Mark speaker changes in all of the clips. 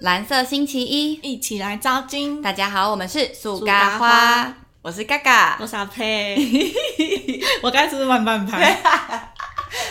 Speaker 1: 蓝色星期一，
Speaker 2: 一起来招金。
Speaker 1: 大家好，我们是素
Speaker 2: 素
Speaker 1: 咖
Speaker 2: 咖
Speaker 1: 花
Speaker 2: 花，
Speaker 1: 我是嘎嘎
Speaker 2: 我，傻呸！ 我刚才是不是慢半拍？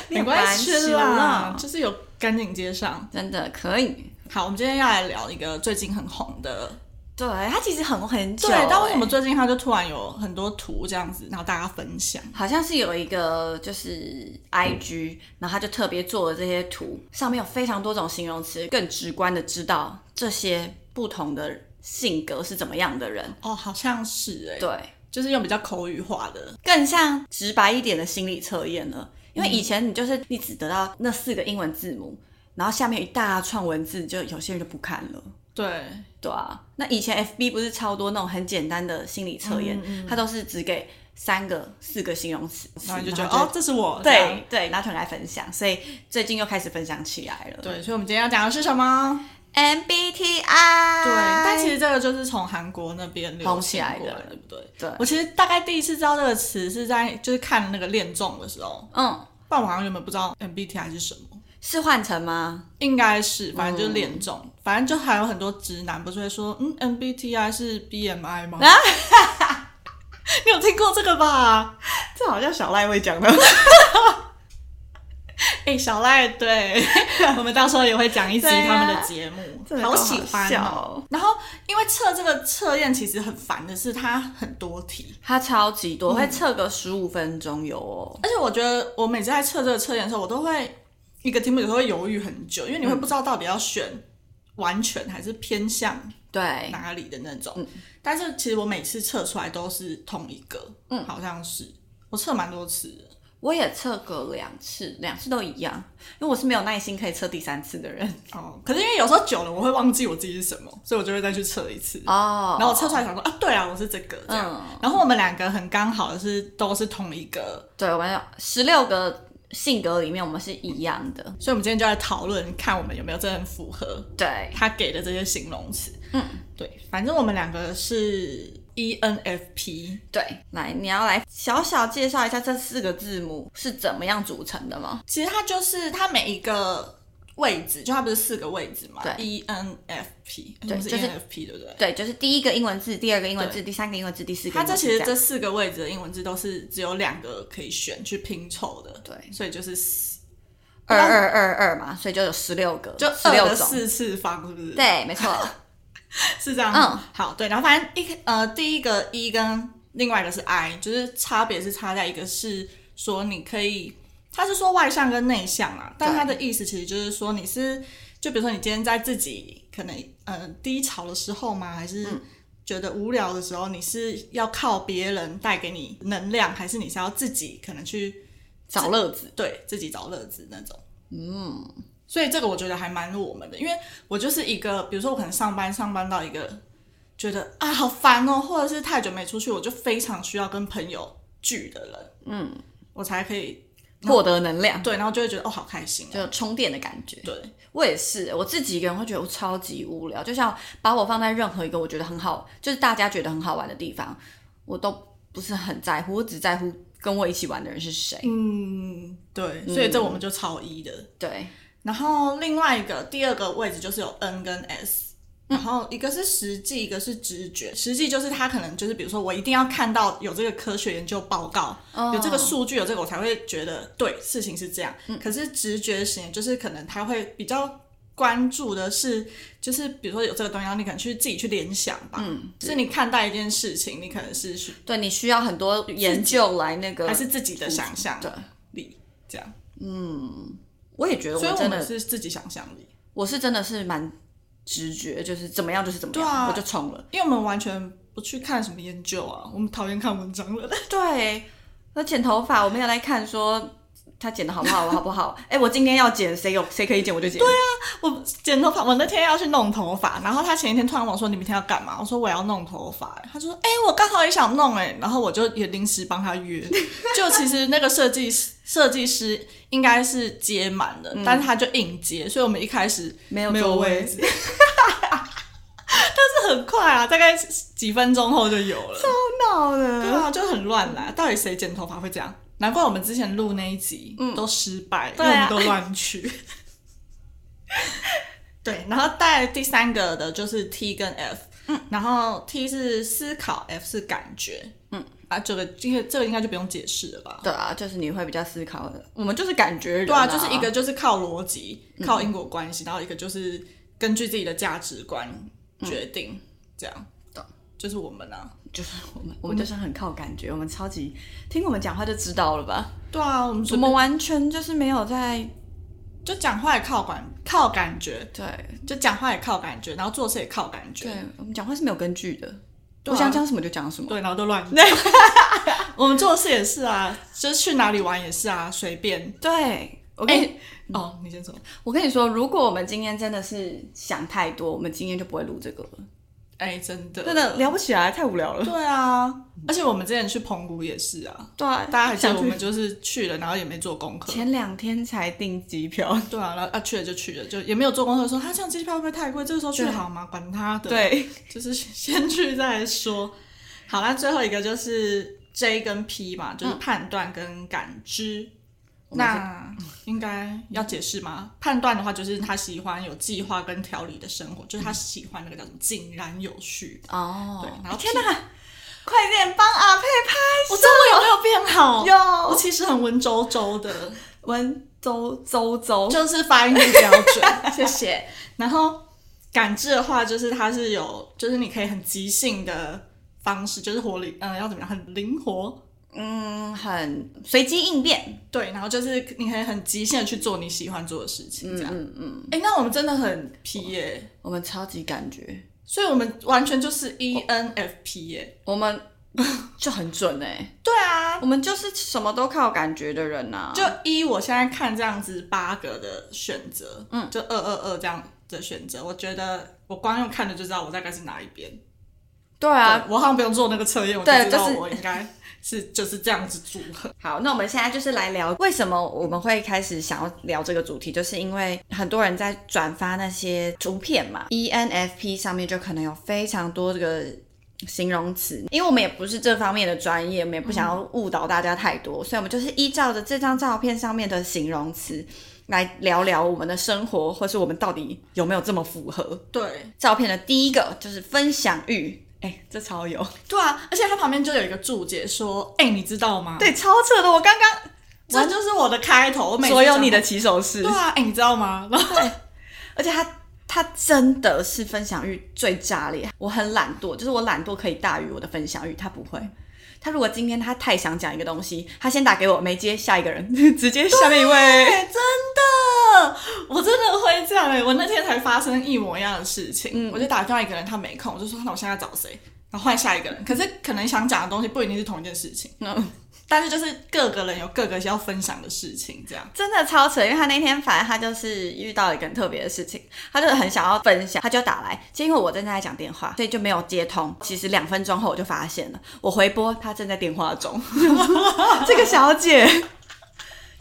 Speaker 2: 没关系
Speaker 1: 你
Speaker 2: 啦，
Speaker 1: 很烦死了
Speaker 2: 就是有赶紧接上。
Speaker 1: 真的可以。
Speaker 2: 好，我们今天要来聊一个最近很红的，哎
Speaker 1: 对，它其实很很久、
Speaker 2: 对，但为什么
Speaker 1: 欸
Speaker 2: 最近它就突然有很多图这样子，然后大家分享？
Speaker 1: 好像是有一个就是 I G，然后他就特别做了这些图，上面有非常多种形容词，更直观的知道这些不同的性格是怎么样的人。
Speaker 2: 哦，好像是哎、
Speaker 1: 对，
Speaker 2: 就是用比较口语化的，
Speaker 1: 更像直白一点的心理测验了。因
Speaker 2: 嗯
Speaker 1: 为以前你就是你只得到那四个英文字母，然后下面有一大串文字，就有些人就不看了。
Speaker 2: 对，
Speaker 1: 对啊，那以前 FB 不是超多那种很简单的心理测
Speaker 2: 嗯
Speaker 1: 验，它都是只给三个、四个形容词，
Speaker 2: 然后你就觉得哦，这是我，这样
Speaker 1: 对对，然后就来分享，所以最近又开始分享起来了。
Speaker 2: 对，所以我们今天要讲的是什么？
Speaker 1: MBTI，
Speaker 2: 对，但其实这个就是从韩国那边流行
Speaker 1: 红起来的
Speaker 2: 过对不对？
Speaker 1: 对
Speaker 2: 我其实大概第一次知道这个词是在就是看那个恋综的时候，
Speaker 1: 嗯，
Speaker 2: 不然我好像原本不知道 MBTI 是什么，
Speaker 1: 是换成吗？
Speaker 2: 应该是反正就是
Speaker 1: 嗯
Speaker 2: 恋综，反正就还有很多直男不是会说，嗯，MBTI 是 BMI 吗？
Speaker 1: 啊
Speaker 2: 你有听过哦这个吧？
Speaker 1: 这好像小赖会讲的。
Speaker 2: 哎、小赖， 对我们到时候也会讲一集
Speaker 1: 对啊
Speaker 2: 他们的节目，
Speaker 1: 真的
Speaker 2: 好
Speaker 1: 好
Speaker 2: 喜欢
Speaker 1: 笑
Speaker 2: 哦
Speaker 1: 哦。
Speaker 2: 然后，因为测这个测验其实很烦的是，它很多题，
Speaker 1: 他超级多，
Speaker 2: 嗯
Speaker 1: 会测个十五分钟有哦。
Speaker 2: 而且我觉得我每次在测这个测验的时候，我都会一个题目有时候会犹豫很久，因为你会不知道到底要选完全还是偏向
Speaker 1: 对，
Speaker 2: 哪里的那种。但是其实我每次测出来都是同一个，嗯，好像是我测蛮多次的。
Speaker 1: 我也测过两次，两次都一样，因为我是没有耐心可以测第三次的 人。
Speaker 2: 哦，可是因为有时候久了，我会忘记我自己是什么，所以我就会再去测一次。
Speaker 1: 哦
Speaker 2: 然后我测出来想说啊，对啊，我是这个这样。然后我们两个很刚好的是都是同一个，
Speaker 1: 对，我们有十六个性格里面，我们是一样的。
Speaker 2: 所以我们今天就来讨论看我们有没有真的符合
Speaker 1: 对，
Speaker 2: 他给的这些形容词。嗯，对，反正我们两个是 E ENFP。
Speaker 1: 对，来，你要来小小介绍一下这四个字母是怎么样组成的吗？
Speaker 2: 其实它就是它每一个位置，就它不是四个位置嘛 E
Speaker 1: 对
Speaker 2: ？ENFP，
Speaker 1: 对
Speaker 2: 嗯不是 E
Speaker 1: 就是
Speaker 2: ENFP 对不对？
Speaker 1: 对，就是第一个英文字，第二个英文字，第三个英文字，第四个
Speaker 2: 它
Speaker 1: 英
Speaker 2: 这
Speaker 1: 文字
Speaker 2: 其实
Speaker 1: 样
Speaker 2: 这四个位置的英文字都是只有两个可以选去拼凑的，
Speaker 1: 对
Speaker 2: 所以就是四
Speaker 1: 二二二二嘛，所以就有十六个，
Speaker 2: 就
Speaker 1: 十
Speaker 2: 二
Speaker 1: 六
Speaker 2: 的
Speaker 1: 种。
Speaker 2: 四次方，是不是？，
Speaker 1: 对，没 错。
Speaker 2: 是这样。
Speaker 1: 嗯，
Speaker 2: 好，对，然后反正一个呃，第一个 E 跟另外一个是 I，就是差别是差在一个是说你可以，他是说外向跟内向啊，但
Speaker 1: 对
Speaker 2: 他的意思其实就是说你是，就比如说你今天在自己可能呃低潮的时候吗？还是
Speaker 1: 嗯
Speaker 2: 觉得无聊的时候，你是要靠别人带给你能量，还是你是要自己可能去
Speaker 1: 找乐子，
Speaker 2: 对自己找乐子那种。嗯，所以这个我觉得还蛮我们的，因为我就是一个，比如说我可能上班上班到一个觉得啊好烦哦，或者是太久没出去，我就非常需要跟朋友聚的人，嗯，我才可以
Speaker 1: 获得能量，
Speaker 2: 对，然后就会觉得哦好开心、
Speaker 1: 就
Speaker 2: 哦，
Speaker 1: 有充电的感觉。
Speaker 2: 对，
Speaker 1: 我也是，我自己一个人会觉得我超级无聊，就像把我放在任何一个我觉得很好，就是大家觉得很好玩的地方，我都不是很在乎，我只在乎跟我一起玩的人是谁。
Speaker 2: 嗯，对，所以这我们就超一的。
Speaker 1: 对，
Speaker 2: 然后另外一个第二个位置就是有 N 跟 S，然后一个是实际，一个是直觉。实际就是他可能就是比如说我一定要看到有这个科学研究报告，有
Speaker 1: 哦
Speaker 2: 这个数据，有这个我才会觉得对事情是这样。可是直觉型就是可能他会比较。关注的是，就是比如说有这个东西，然后你可能去自己去联想吧。嗯，是你看待一件事情，你可能是去
Speaker 1: 对你需要很多研究来那个，
Speaker 2: 还是自己的想象
Speaker 1: 对
Speaker 2: 力这样，
Speaker 1: 我也觉得
Speaker 2: 所以
Speaker 1: 我
Speaker 2: 我
Speaker 1: 真
Speaker 2: 们
Speaker 1: 的，
Speaker 2: 是自己想象力。
Speaker 1: 我是真的是蛮直觉，就是怎么样就是怎么样，
Speaker 2: 对啊
Speaker 1: 我就冲了。
Speaker 2: 因为我们完全不去看什么研究啊，我们讨厌看文章了。
Speaker 1: 对，我剪头发，我没有来看说他剪的好不好，好不好？ 哎、我今天要剪，谁有谁可以剪我就剪。对啊，
Speaker 2: 我剪头发，我那天要去弄头发，然后他前一天突然问我说：“你明天要干嘛？”我说：“我要弄头发。”他就说：“哎、我刚好也想弄哎、然后我就也临时帮他约。 就其实那个设计师设计师应该是接满了，但是他就硬接，所以我们一开始
Speaker 1: 嗯没有
Speaker 2: 没有
Speaker 1: 座位
Speaker 2: 位置。 但是很快啊，大概几分钟后就有 了。
Speaker 1: 闹的。
Speaker 2: 对啊，就很乱啦。到底谁剪头发会这样？难怪我们之前录嗯啊那一集、都失败，因
Speaker 1: 对
Speaker 2: 为我
Speaker 1: 啊
Speaker 2: 们都乱去。对，然后带第三个的就是 T 跟 F，嗯，然后 T 是思考，F 是感觉，嗯，啊，这个这个这个应该就不用解释了吧？
Speaker 1: 对啊，就是你会比较思考的，我们就是感觉人、
Speaker 2: 对啊，就是一个就是靠逻辑、靠因果关系，然后一个就是根据自己的价值观决定，这样，就是我们啊，
Speaker 1: 就是我们我们就是很靠感觉，我们超级听我们讲话就知道了吧？
Speaker 2: 对啊，我们
Speaker 1: 我
Speaker 2: 随
Speaker 1: 们完全就是没有在
Speaker 2: 就讲话也靠感靠感觉，
Speaker 1: 对
Speaker 2: 就讲话也靠感觉，然后做事也靠感觉
Speaker 1: 对，，我们讲话是没有根据的，
Speaker 2: 对
Speaker 1: 我
Speaker 2: 啊
Speaker 1: 想讲什么就讲什么。
Speaker 2: 对，然后都乱。 我们做事也是啊，就是去哪里玩也是啊，随便。
Speaker 1: 对，我跟你、
Speaker 2: 哦，你先说。
Speaker 1: 哎我跟你说，如果我们今天真的是想太多，我们今天就不会录这个了，
Speaker 2: 哎、真的，
Speaker 1: 真的聊不起来，太无聊了。
Speaker 2: 对啊。而且我们之前去澎湖也是啊，
Speaker 1: 对啊，
Speaker 2: 大家还记得
Speaker 1: 想
Speaker 2: 我
Speaker 1: 去
Speaker 2: 们就是去了，然后也没做功课。
Speaker 1: 前两天才订机票，
Speaker 2: 对啊，然后啊去了就去了，就也没有做功课，说他、啊、这样机票会不会太贵？这个时候去了好吗？管他的，，
Speaker 1: 对，
Speaker 2: 就是先 去再说。好，那最后一个就是 J 跟 P 嘛，就是
Speaker 1: 嗯
Speaker 2: 判断跟感知。那应该要解释吗？判断的话，就是他喜欢有计划跟条理的生活，就是他喜欢那个叫什么井然有序。
Speaker 1: 嗯哦
Speaker 2: 对，然后
Speaker 1: 天哪，快点帮阿佩拍
Speaker 2: 我中文有没有变好？
Speaker 1: 哟
Speaker 2: 我哦其实很文绉绉的，
Speaker 1: 文周周周，
Speaker 2: 就是发音不标准，谢谢。然后感知的话，就是它是有，就是你可以很即兴的方式，就是活力，嗯、要怎么样，很灵活，
Speaker 1: 嗯，很随机应变，
Speaker 2: 对。然后就是你可以很即兴的去做你喜欢做的事情，这样。
Speaker 1: 嗯嗯，
Speaker 2: 哎、那我们真的很 P 耶、
Speaker 1: 我们超级感觉，
Speaker 2: 所以我们完全就是 E N F P 耶、
Speaker 1: 我们 就很准哎、
Speaker 2: 对啊，
Speaker 1: 我们就是什么都靠感觉的人啊呐、
Speaker 2: 就一我现在看这样子八个的选择，嗯，就二二二这样的选择，我觉得我光用看的就知道我大概是哪一边。
Speaker 1: 对啊。
Speaker 2: 对，我好像不用做那个测验，我就
Speaker 1: 对
Speaker 2: 知道
Speaker 1: 就是
Speaker 2: 我应该是就是这样子组合。
Speaker 1: 好，那我们现在就是来聊为什么我们会开始想要聊这个主题，就是因为很多人在转发那些图片嘛，ENFP ，E 上面就可能有非常多这个形容词，因为我们也不是这方面的专业，我们也不想
Speaker 2: 嗯
Speaker 1: 要误导大家太多，所以我们就是依照着这张照片上面的形容词来聊聊我们的生活，或是我们到底有没有这么符合。
Speaker 2: 对
Speaker 1: 照片的第一个就是分享欲，哎、这超有，
Speaker 2: 对啊，而且它旁边就有一个注解说：“哎、你知道吗？”，
Speaker 1: 对，超扯的，我刚刚
Speaker 2: 这就是我的开头。我每次
Speaker 1: 所有
Speaker 2: 讲
Speaker 1: 你的起手式
Speaker 2: 对。啊，哎、你知道吗？然后
Speaker 1: 而且他他真的是分享欲最炸裂。我很懒惰，就是我懒惰可以大于我的分享欲，他不会。他如果今天他太想讲一个东西，他先打给我，没接，下一个人 直接下面一位。
Speaker 2: 哎、真的，我真的会这样哎、我那天才发生一模一样的事情，
Speaker 1: 嗯
Speaker 2: 我就打电话一个人，他没空，我就说那我现在找谁，然后换下一个人。可是可能想讲的东西不一定是同一件事情，
Speaker 1: 嗯，
Speaker 2: 但是就是各个人有各个要分享的事情，这样。
Speaker 1: 真的超扯，因为他那天反正他就是遇到了一个很特别的事情，他就很想要分享，他就打来，结果我正在讲电话，所以就没有接通。其实两分钟后我就发现了，我回拨他正在电话中， 这个小姐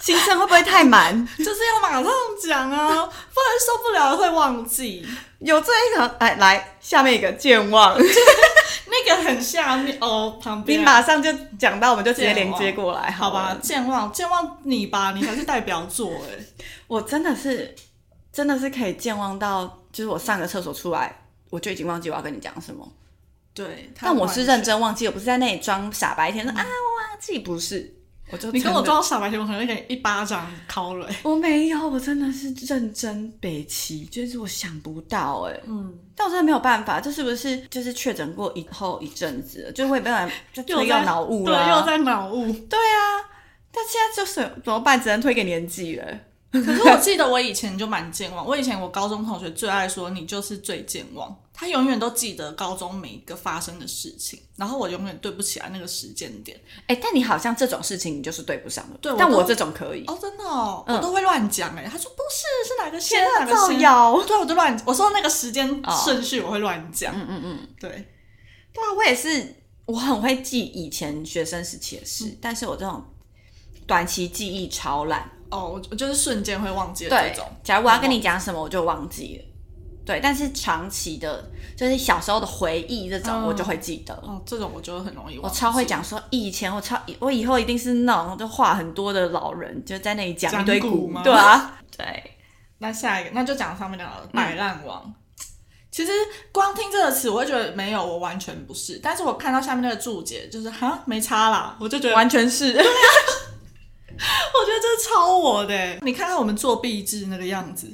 Speaker 1: 行程会不会太满？
Speaker 2: 就是要马上讲啊，不 然受不了会忘记。
Speaker 1: 有这一个，哎，来下面一个健忘，
Speaker 2: 啊那个很下面哦，旁
Speaker 1: 你
Speaker 2: 边啊、
Speaker 1: 马上就讲到，我们就直接连接过来，
Speaker 2: 好吧
Speaker 1: 了？，
Speaker 2: 健忘啊健忘你吧，你才是代表作哎、
Speaker 1: 我真的是，真的是可以健忘到，就是我上个厕所出来，我就已经忘记我要跟你讲什么。
Speaker 2: 对，他
Speaker 1: 但我是
Speaker 2: 完
Speaker 1: 认真忘记，我不是在那里装傻白甜说、啊，我忘记，不是，我就
Speaker 2: 嗯你跟我
Speaker 1: 真的，
Speaker 2: 装傻白甜，我可能会给你一巴掌敲了、欸。
Speaker 1: 我没有，我真的是认真北齐，就是我想不到哎、
Speaker 2: 嗯，
Speaker 1: 但我真的没有办法，这是不是就是确诊过以后一阵子了，就会没有办法就
Speaker 2: 又
Speaker 1: 推
Speaker 2: 在
Speaker 1: 到脑雾
Speaker 2: 对，
Speaker 1: 了，啊
Speaker 2: 又在脑雾。
Speaker 1: 对啊，但现在就是怎么办？只能推给年纪了。
Speaker 2: 可是我记得我以前就蛮健忘， 我以前我高中同学最爱说你就是最健忘，他永远都记得高中每一个发生的事情，然后我永远对不起来那个时间点。
Speaker 1: 哎、但你好像这种事情你就是对不上了。
Speaker 2: 对我
Speaker 1: 但
Speaker 2: 都
Speaker 1: 我这种可以。
Speaker 2: 哦，真的哦，我都会乱讲哎。他说不是，是哪个先
Speaker 1: 天啊
Speaker 2: 哪个
Speaker 1: 造
Speaker 2: 先。
Speaker 1: 谣
Speaker 2: 对，我就乱，我说那个时间顺序我会乱讲。嗯嗯嗯，对，
Speaker 1: 对啊，我也是，我很会记以前学生时期的事，但是我这种短期记忆超烂。
Speaker 2: 哦，我我就是瞬间会忘记的
Speaker 1: 对嗯
Speaker 2: 这种。，
Speaker 1: 假如我要跟你讲什么，我就忘记了。对，但是长期的，就是小时候的回忆这种，我就会记得。
Speaker 2: 哦，这种我就很容易
Speaker 1: 我
Speaker 2: 忘记。
Speaker 1: 超会讲说，以前我超我以后一定是那种就话很多的老人，就在那里讲
Speaker 2: 讲
Speaker 1: 一堆
Speaker 2: 古吗
Speaker 1: 对啊，对。
Speaker 2: 那下一个，那就讲上面两
Speaker 1: 嗯
Speaker 2: 个摆烂王。其实光听这个词，我会觉得没有，我完全不是。但是我看到下面那个注解，就是哈没差啦，我就觉得啊
Speaker 1: 完全是。
Speaker 2: 我觉得这超我的欸。你看看我们做壁纸那个样子，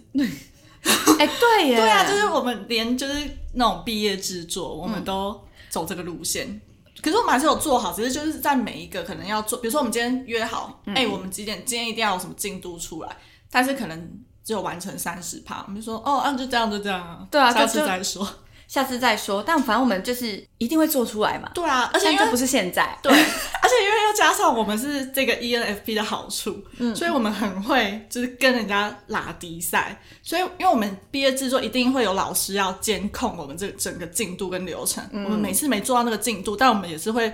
Speaker 1: 哎、对耶，
Speaker 2: 对啊，就是我们连就是那种毕业制作，我们都走这个路线。可是我们还是有做好，只是就是在每一个可能要做，比如说我们今天约好，哎、我们几点今天一定要有什么进度出来，但是可能只有完成三十趴，我们就说哦，啊就这样就这样啊，
Speaker 1: 对啊
Speaker 2: 下
Speaker 1: 就
Speaker 2: 次
Speaker 1: 就
Speaker 2: 再说。
Speaker 1: 下次再说。但反正我们就是一定会做出来嘛，
Speaker 2: 对啊，而且
Speaker 1: 但
Speaker 2: 因为
Speaker 1: 就不是现在。
Speaker 2: 对，而且因为又加上我们是这个 E ENFP 的好处，所以我们很会就是跟人家拉低赛，所以因为我们毕业制作一定会有老师要监控我们这整个进度跟流程，我们每次没做到那个进度，但我们也是会。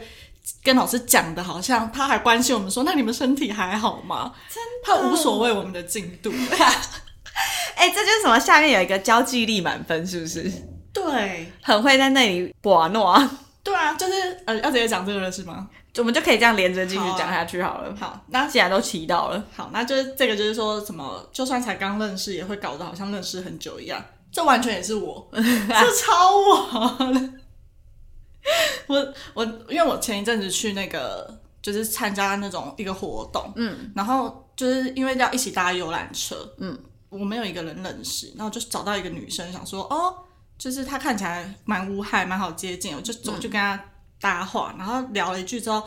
Speaker 2: 跟老师讲的，好像他还关心我们说，那你们身体还好吗？真他无所谓我们的进度。
Speaker 1: 哎、这就是什么？下面有一个交际力满分，是不是？
Speaker 2: 对
Speaker 1: 很会在那里把弄啊，
Speaker 2: 对啊，就是呃，要直接讲这个了是吗？
Speaker 1: 我们就可以这样连着继续
Speaker 2: 好啊
Speaker 1: 讲下去好了。
Speaker 2: 好，那
Speaker 1: 既然都提到了，
Speaker 2: 好，那就是这个，就是说什么，就算才刚认识，也会搞得好像认识很久一样。这完全也是我，这超我的。我我，因为我前一阵子去那个，就是参加那种一个活动，嗯，然后就是因为要一起搭游览车，嗯，我没有一个人认识，然后就找到一个女生，想说哦，就是她看起来蛮无害，蛮好接近，我就我就跟她搭话，然后聊了一句之后，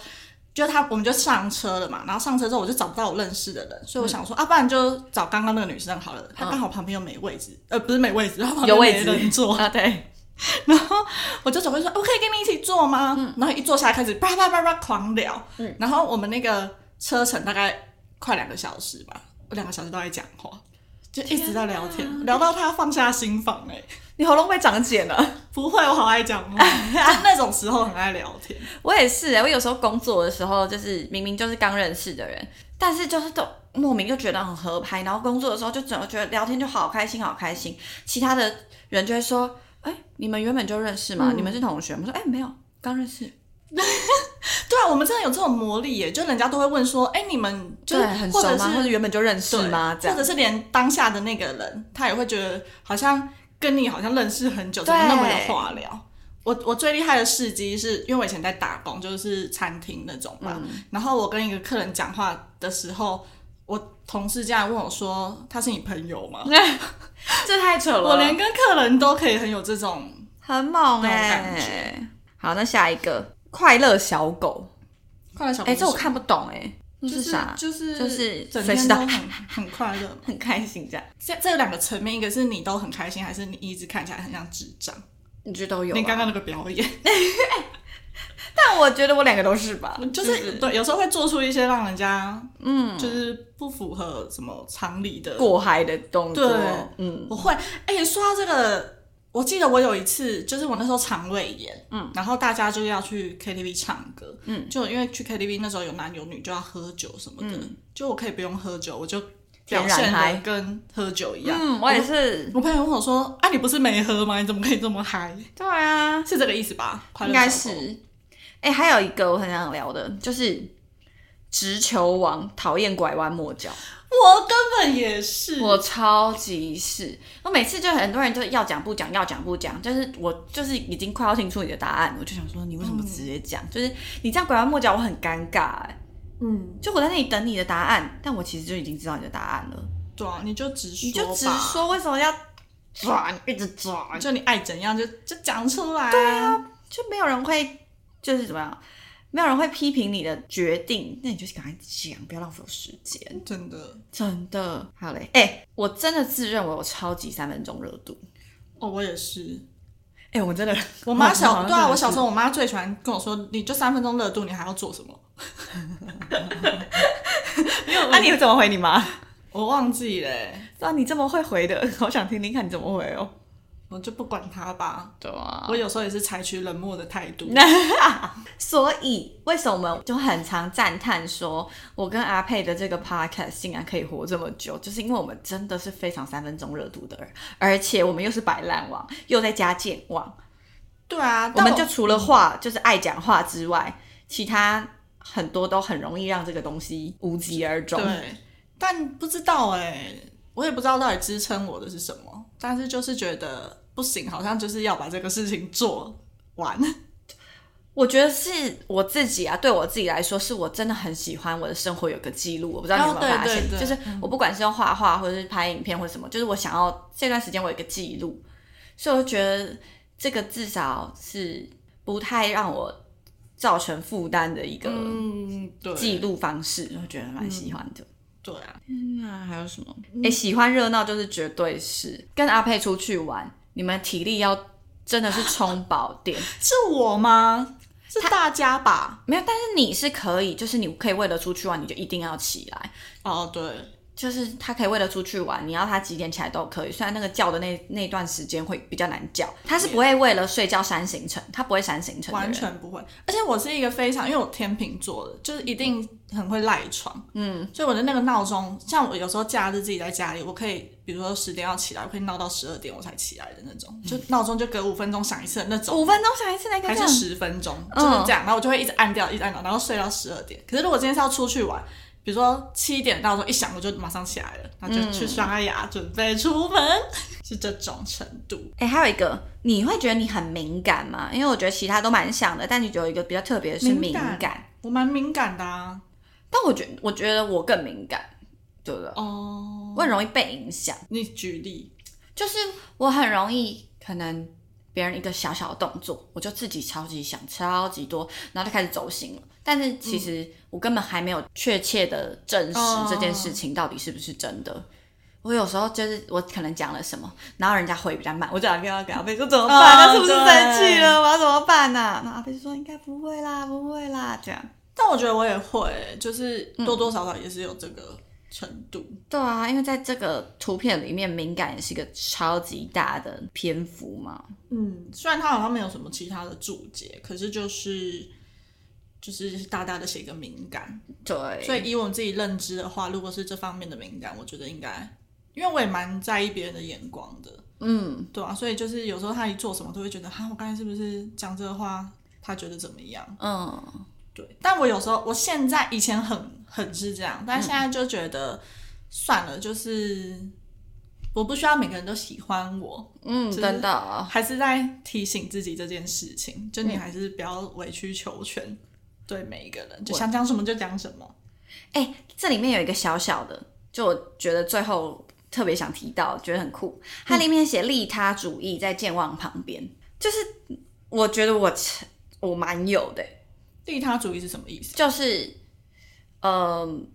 Speaker 2: 就他我们就上车了嘛，然后上车之后我就找不到我认识的人，所以我想说、啊，不然就找刚刚那个女生好了，她刚好旁边又没位置，呃，不是没位置，她旁边
Speaker 1: 有位
Speaker 2: 没
Speaker 1: 置
Speaker 2: 人坐，
Speaker 1: 啊，对，
Speaker 2: 然后我就总会说，我可以跟你一起坐吗？然后一坐下来开始叭叭叭叭狂聊，然后我们那个车程大概快两个小时吧，我两个小时都在讲话，就一直在聊天，聊到他放下心房哎、欸
Speaker 1: 你喉咙被长茧了。
Speaker 2: 不会，我好爱讲 话，就那种时候很爱聊天。
Speaker 1: 我也是、欸，我有时候工作的时候，就是明明就是刚认识的人，但是就是都莫名就觉得很合拍，然后工作的时候就整个觉得聊天就好开心，好开心。其他的人就会说：“哎、你们原本就认识吗？你们是同学吗？”我说：“哎、没有，刚认识。
Speaker 2: 对啊，我们真的有这种魔力耶，就人家都会问说，哎、你们就
Speaker 1: 对，
Speaker 2: 是
Speaker 1: 很
Speaker 2: 或
Speaker 1: 熟
Speaker 2: 者
Speaker 1: 吗？或者
Speaker 2: 是
Speaker 1: 原本就认识
Speaker 2: 对
Speaker 1: 吗？这
Speaker 2: 或
Speaker 1: 样
Speaker 2: 者是连当下的那个人，他也会觉得好像跟你好像认识很久，怎么那么有话聊？我我最厉害的事迹是因为我以前在打工，就是餐厅那种
Speaker 1: 嗯
Speaker 2: 吧。然后我跟一个客人讲话的时候，我同事这样问我说：“他是你朋 友吗
Speaker 1: 这太扯？”了，
Speaker 2: 我连跟客人都可以很有这种
Speaker 1: 很猛
Speaker 2: 那种
Speaker 1: 哎、
Speaker 2: 感觉
Speaker 1: 好，那下一个快乐小狗，
Speaker 2: 快乐小
Speaker 1: 哎、
Speaker 2: 公
Speaker 1: 这我
Speaker 2: 主。
Speaker 1: 看不懂哎、这
Speaker 2: 就是
Speaker 1: 啥？
Speaker 2: 就是
Speaker 1: 就是
Speaker 2: 整
Speaker 1: 随时
Speaker 2: 天
Speaker 1: 都
Speaker 2: 都很很快乐嘛。
Speaker 1: 很开心这样，
Speaker 2: 这这有两个层面，一个是你都很开心，还是你一直看起来很像智障？
Speaker 1: 你觉得都有、
Speaker 2: 你刚
Speaker 1: 啊？
Speaker 2: 刚那个表演，
Speaker 1: 但我觉得我两个都是吧，
Speaker 2: 就是、对，有时候会做出一些让人家嗯，就是不符合什么常理的。
Speaker 1: 过嗨的动作。
Speaker 2: 对
Speaker 1: 嗯，
Speaker 2: 我会，哎、说到这个，我记得我有一次，就是我那时候肠胃炎，嗯，然后大家就要去 KTV 唱歌，嗯，就因为去 KTV 那时候有男有女就要喝酒什么的，就我可以不用喝酒，我就
Speaker 1: 嗯天
Speaker 2: 表
Speaker 1: 然
Speaker 2: 现
Speaker 1: 嗨
Speaker 2: 的跟喝酒一样。
Speaker 1: 嗯，我也是。
Speaker 2: 我朋友问我说：“啊，你不是没喝吗？你怎么可以这么嗨？”
Speaker 1: 对啊，
Speaker 2: 是这个意思吧？快
Speaker 1: 应
Speaker 2: 乐
Speaker 1: 该
Speaker 2: 小狗
Speaker 1: 是。哎、还有一个我很想聊的，就是直球王讨厌拐弯抹角，
Speaker 2: 我根本也是，
Speaker 1: 我超级是。我每次就很多人就要讲不讲，要讲不讲，就是我就是已经快要听出你的答案，我就想说你为什么不直接讲？就是你这样拐弯抹角，我很尴尬、哎，
Speaker 2: 嗯，
Speaker 1: 就我在那里等你的答案，但我其实就已经知道你的答案了，
Speaker 2: 对啊，你就直说，
Speaker 1: 你就直，说为什么要转，一直转，
Speaker 2: 就你爱怎样就就讲出来、对啊，
Speaker 1: 就没有人会就是怎么样，没有人会批评你的决定，那你就赶快讲，不要浪费我时间，
Speaker 2: 真的。
Speaker 1: 真的。好嘞，哎、我真的自认为我超级三分钟热度，
Speaker 2: 哦，我也是。
Speaker 1: 哎、我真的，
Speaker 2: 我妈小
Speaker 1: 好像
Speaker 2: 对啊，
Speaker 1: 真的
Speaker 2: 我小时
Speaker 1: 是
Speaker 2: 候我妈最喜欢跟我说：“你就三分钟热度，你还要做什么
Speaker 1: 那、啊你怎么回你妈？？”
Speaker 2: 我忘记了欸，
Speaker 1: 啊，你这么会回的， 好想听听看你怎么回哦。
Speaker 2: 我就不管她吧。
Speaker 1: 对啊，
Speaker 2: 我有时候也是采取冷漠的态度。
Speaker 1: 所以为什么我们就很常赞叹说，我跟阿佩的这个 podcast 竟然可以活这么久，就是因为我们真的是非常三分钟热度的人，而且我们又是摆烂王，又在加健忘，
Speaker 2: 对啊，
Speaker 1: 我
Speaker 2: 但
Speaker 1: 们就除了话就是爱讲话之外，其他很多都很容易让这个东西无疾而终。
Speaker 2: 对，但不知道哎、我也不知道到底支撑我的是什么，但是就是觉得不行，好像就是要把这个事情做完。
Speaker 1: 我觉得是我自己啊，对我自己来说，是我真的很喜欢我的生活有个记录。我不知道你有没有
Speaker 2: 哦
Speaker 1: 发
Speaker 2: 对
Speaker 1: 现，
Speaker 2: 对对
Speaker 1: 就是我不管是用画画，或者是拍影片，或者什么，就是我想要这段时间我有一个记录，所以我就觉得这个至少是不太让我造成负担的一个
Speaker 2: 嗯，对，
Speaker 1: 记录方式，我觉得蛮喜欢的。
Speaker 2: 对啊，
Speaker 1: 那还有什么？哎、喜欢热闹就是绝对是跟阿佩出去玩，你们体力要真的是充饱点。
Speaker 2: 是我吗？是大家吧？
Speaker 1: 没有，但是你是可以，就是你可以为了出去玩，你就一定要起来。
Speaker 2: 哦，对，
Speaker 1: 就是他可以为了出去玩，你要他几点起来都可以。虽然那个叫的那那段时间会比较难叫，他是不会为了睡觉删行程，他不会删行程的
Speaker 2: 完
Speaker 1: 人。
Speaker 2: 全不会。而且我是一个非常，因为我天秤座的，就是一定很会赖床，嗯，所以我的那个闹钟，像我有时候假日自己在家里，我可以比如说十点要起来，我可以闹到十二点我才起来的那种，就闹钟就隔五分钟响一次的那种。
Speaker 1: 五分钟想一次那个
Speaker 2: 还
Speaker 1: 这
Speaker 2: 是
Speaker 1: 样，
Speaker 2: 十分钟，就是这样。然后我就会一直按掉，一直按掉，然后睡到十二点。可是如果今天是要出去玩，比如说七点闹钟一响，我就马上起来了，然后就去刷牙，准备出门，是这种程度。
Speaker 1: 哎、还有一个，你会觉得你很敏感吗？因为我觉得其他都蛮像的，但你有一个比较特别的是敏
Speaker 2: 敏感我蛮敏感的啊。
Speaker 1: 但我觉得我觉得我更敏感，对不对？
Speaker 2: 哦，
Speaker 1: 我很容易被影响。
Speaker 2: 你举例，
Speaker 1: 就是我很容易可能别人一个小小的动作，我就自己超级想超级多，然后就开始走心了。但是其实我根本还没有确切的证实
Speaker 2: 哦
Speaker 1: 这件事情到底是不是真的。我有时候就是我可能讲了什么，然后人家回比较慢，我就打电话给阿贝说怎么办？
Speaker 2: 哦
Speaker 1: 他是不是生气
Speaker 2: 对
Speaker 1: 了？我要怎么办呢、啊？然后阿贝就说应该不会啦，不会啦，这样。
Speaker 2: 但我觉得我也会，欸就是多多少少也是有这个程度。
Speaker 1: 对啊，因为在这个图片里面，敏感也是一个超级大的篇幅嘛。
Speaker 2: 嗯，虽然他好像没有什么其他的注解，可是就是就是大大的写一个敏感。
Speaker 1: 对，
Speaker 2: 所以以我们自己认知的话，如果是这方面的敏感，我觉得应该，因为我也蛮在意别人的眼光的，嗯，对啊，所以就是有时候他一做什么，都会觉得，哈，我刚才是不是讲这个话，他觉得怎么样？
Speaker 1: 嗯，
Speaker 2: 对，但我有时候，我现在以前很很是这样，
Speaker 1: 嗯
Speaker 2: 但现在就觉得、算了，就是我不需要每个人都喜欢我，
Speaker 1: 嗯，
Speaker 2: 就是
Speaker 1: 真的，
Speaker 2: 还是在提醒自己这件事情，就
Speaker 1: 嗯
Speaker 2: 你还是不要委曲求全。对每一个人，就想讲什么就讲什么。
Speaker 1: 哎、这里面有一个小小的，就我觉得最后特别想提到，觉得很酷。它里面写利他主义在健忘旁边，就是我觉得我我蛮有的、
Speaker 2: 利他主义是什么
Speaker 1: 哦
Speaker 2: 意思？
Speaker 1: 就是，嗯、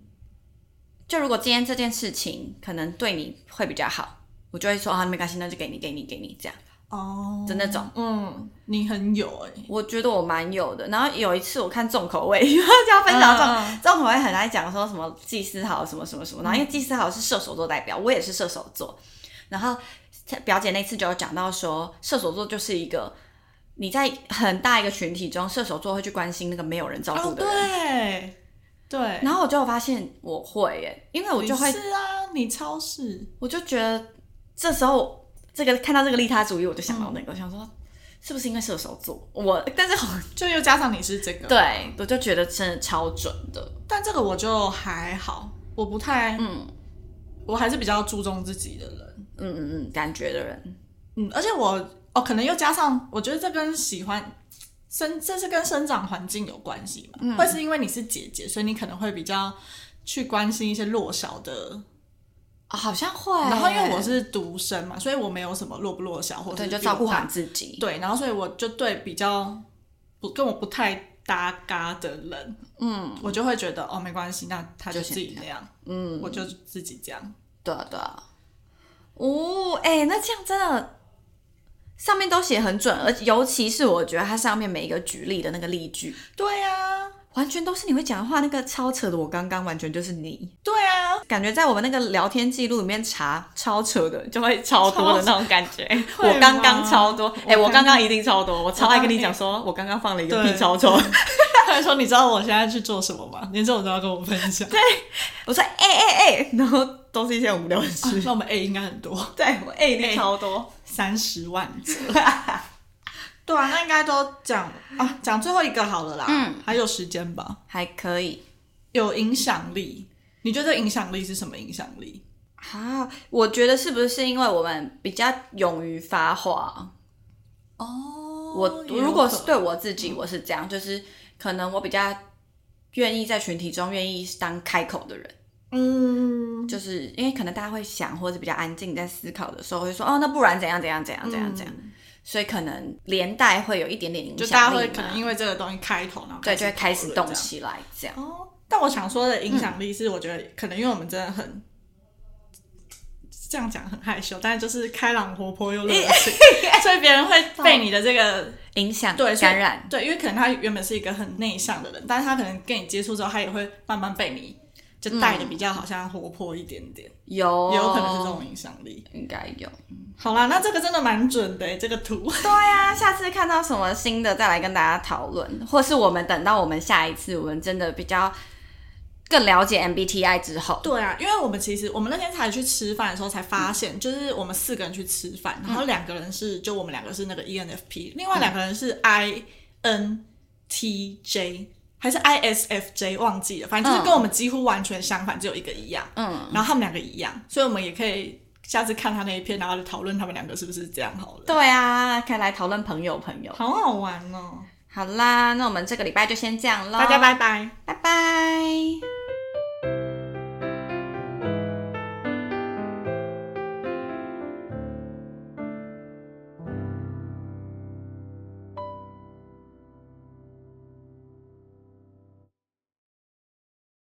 Speaker 1: 就如果今天这件事情可能对你会比较好，我就会说啊，没关系，那就给你，给你，给你这样
Speaker 2: 哦，
Speaker 1: 的那种。
Speaker 2: 嗯，你很有哎、
Speaker 1: 我觉得我蛮有的。然后有一次我看重口味， 就要分享重、
Speaker 2: 嗯
Speaker 1: 重口味很爱讲说什么季思豪什么什么什么，然后因为季思豪是射手座代表，我也是射手座，然后表姐那次就有讲到说，射手座就是一个。你在很大一个群体中，射手座会去关心那个没有人照顾
Speaker 2: 哦，
Speaker 1: 的人。
Speaker 2: 对对，
Speaker 1: 然后我就有发现我会耶，因为我
Speaker 2: 你
Speaker 1: 就会，
Speaker 2: 是啊，你超市
Speaker 1: 我就觉得这时候这个看到这个利他主义，我就想到那个，我想说是不是因为射手座？我但是我
Speaker 2: 就又加上你是这个，，
Speaker 1: 对我就觉得真的超准的。
Speaker 2: 但这个我就还好，我不太，
Speaker 1: 嗯
Speaker 2: 我还是比较注重自己的人，
Speaker 1: 嗯嗯嗯，感觉的人，
Speaker 2: 嗯，而且我哦，可能又加上，我觉得这跟喜欢。生这是跟生长环境有关系嘛？
Speaker 1: 嗯
Speaker 2: 会是因为你是姐姐，所以你可能会比较去关心一些弱小的。
Speaker 1: 哦好像会。
Speaker 2: 然后因为我是独生嘛，所以我没有什么弱不弱小，或者
Speaker 1: 对，
Speaker 2: 是
Speaker 1: 就
Speaker 2: 比我
Speaker 1: 照顾
Speaker 2: 大
Speaker 1: 好自己。
Speaker 2: 对，然后所以我就对比较不跟我不太搭嘎的人，嗯，我就会觉得哦没关系，那他就
Speaker 1: 就先
Speaker 2: 自己那样，嗯，我就自己这样。
Speaker 1: 对啊对啊。哦，哎、那这样真的，上面都写很准，而尤其是我觉得它上面每一个举例的那个例句，
Speaker 2: 对呀、
Speaker 1: 完全都是你会讲的话，那个超扯的，我刚刚完全就是你，
Speaker 2: 对呀、
Speaker 1: 感觉在我们那个聊天记录里面查超扯的，就会超多的那种感觉。
Speaker 2: 吗
Speaker 1: 我刚刚超多，哎、
Speaker 2: 我
Speaker 1: 我
Speaker 2: 刚
Speaker 1: 刚哦刚一定超多，我超爱跟你讲说，我刚刚放了一个屁
Speaker 2: 对
Speaker 1: 超丑。
Speaker 2: 他还说你知道我现在去做什么吗？连这种都要跟我分享。对，啊
Speaker 1: 我说哎哎哎，然后都是一些很无聊的事。
Speaker 2: 那我们 A 应该很多，
Speaker 1: 对，我哎一定超多。
Speaker 2: 三十万折。 对啊，那应该都讲啊，讲最后一个好了啦。嗯，还有时间吧。
Speaker 1: 还可以，
Speaker 2: 有影响力，你觉得影响力是什么影响力？
Speaker 1: 啊，我觉得是不是因为我们比较勇于发话？
Speaker 2: 哦，
Speaker 1: 我
Speaker 2: 也有
Speaker 1: 如果
Speaker 2: 可嗯
Speaker 1: 是对我自己，我是这样，就是可能我比较愿意在群体中愿意当开口的人，
Speaker 2: 嗯，
Speaker 1: 就是因为可能大家会想，或者比较安静在思考的时候，会说哦，那不然怎样怎样怎样怎样怎样，所以可能连带会有一点点影响
Speaker 2: 嗯就
Speaker 1: 力
Speaker 2: 大家会
Speaker 1: 嘛
Speaker 2: 可能因为这个东西开头，然后
Speaker 1: 对，就会开
Speaker 2: 讨
Speaker 1: 始
Speaker 2: 论
Speaker 1: 动
Speaker 2: 这样
Speaker 1: 起嗯来这样。
Speaker 2: 哦，但我想说的影响力是，我觉得可能因为我们真的很、这样讲很害羞，但是就是开朗活泼又热情，
Speaker 1: 哎
Speaker 2: 所以别人会被你的这个
Speaker 1: 影响
Speaker 2: 对所以
Speaker 1: 感染，
Speaker 2: 对，因为可能他原本是一个很内向的人，但是他可能跟你接触之后，他也会慢慢被你就带的
Speaker 1: 嗯
Speaker 2: 比较好像活泼一点点，
Speaker 1: 有
Speaker 2: 也有可能是这，种影响力。
Speaker 1: 应该有。
Speaker 2: 好啦，那这个真的蛮准的、欸这个图。
Speaker 1: 对呀、下次看到什么新的再来跟大家讨论，或是我们等到我们下一次，我们真的比较更了解 MBTI 之后，
Speaker 2: 对啊，因为我们其实我们那天才去吃饭的时候才发现，就是我们四个人去吃饭，然后两个人是就我们两个是那个 ENFP，另外两个人是 INTJ 还是 ISFJ 忘记了，反正就是跟我们几乎完全相反，只有一个一样，
Speaker 1: 嗯，
Speaker 2: 然后他们两个一样，所以我们也可以下次看他那一篇，然后讨论他们两个是不是这样好了，
Speaker 1: 对啊，可以来讨论朋友朋友。
Speaker 2: 好好玩哦，
Speaker 1: 好啦，那我们这个礼拜就先这样喽，
Speaker 2: 大家，拜拜。
Speaker 1: 拜拜。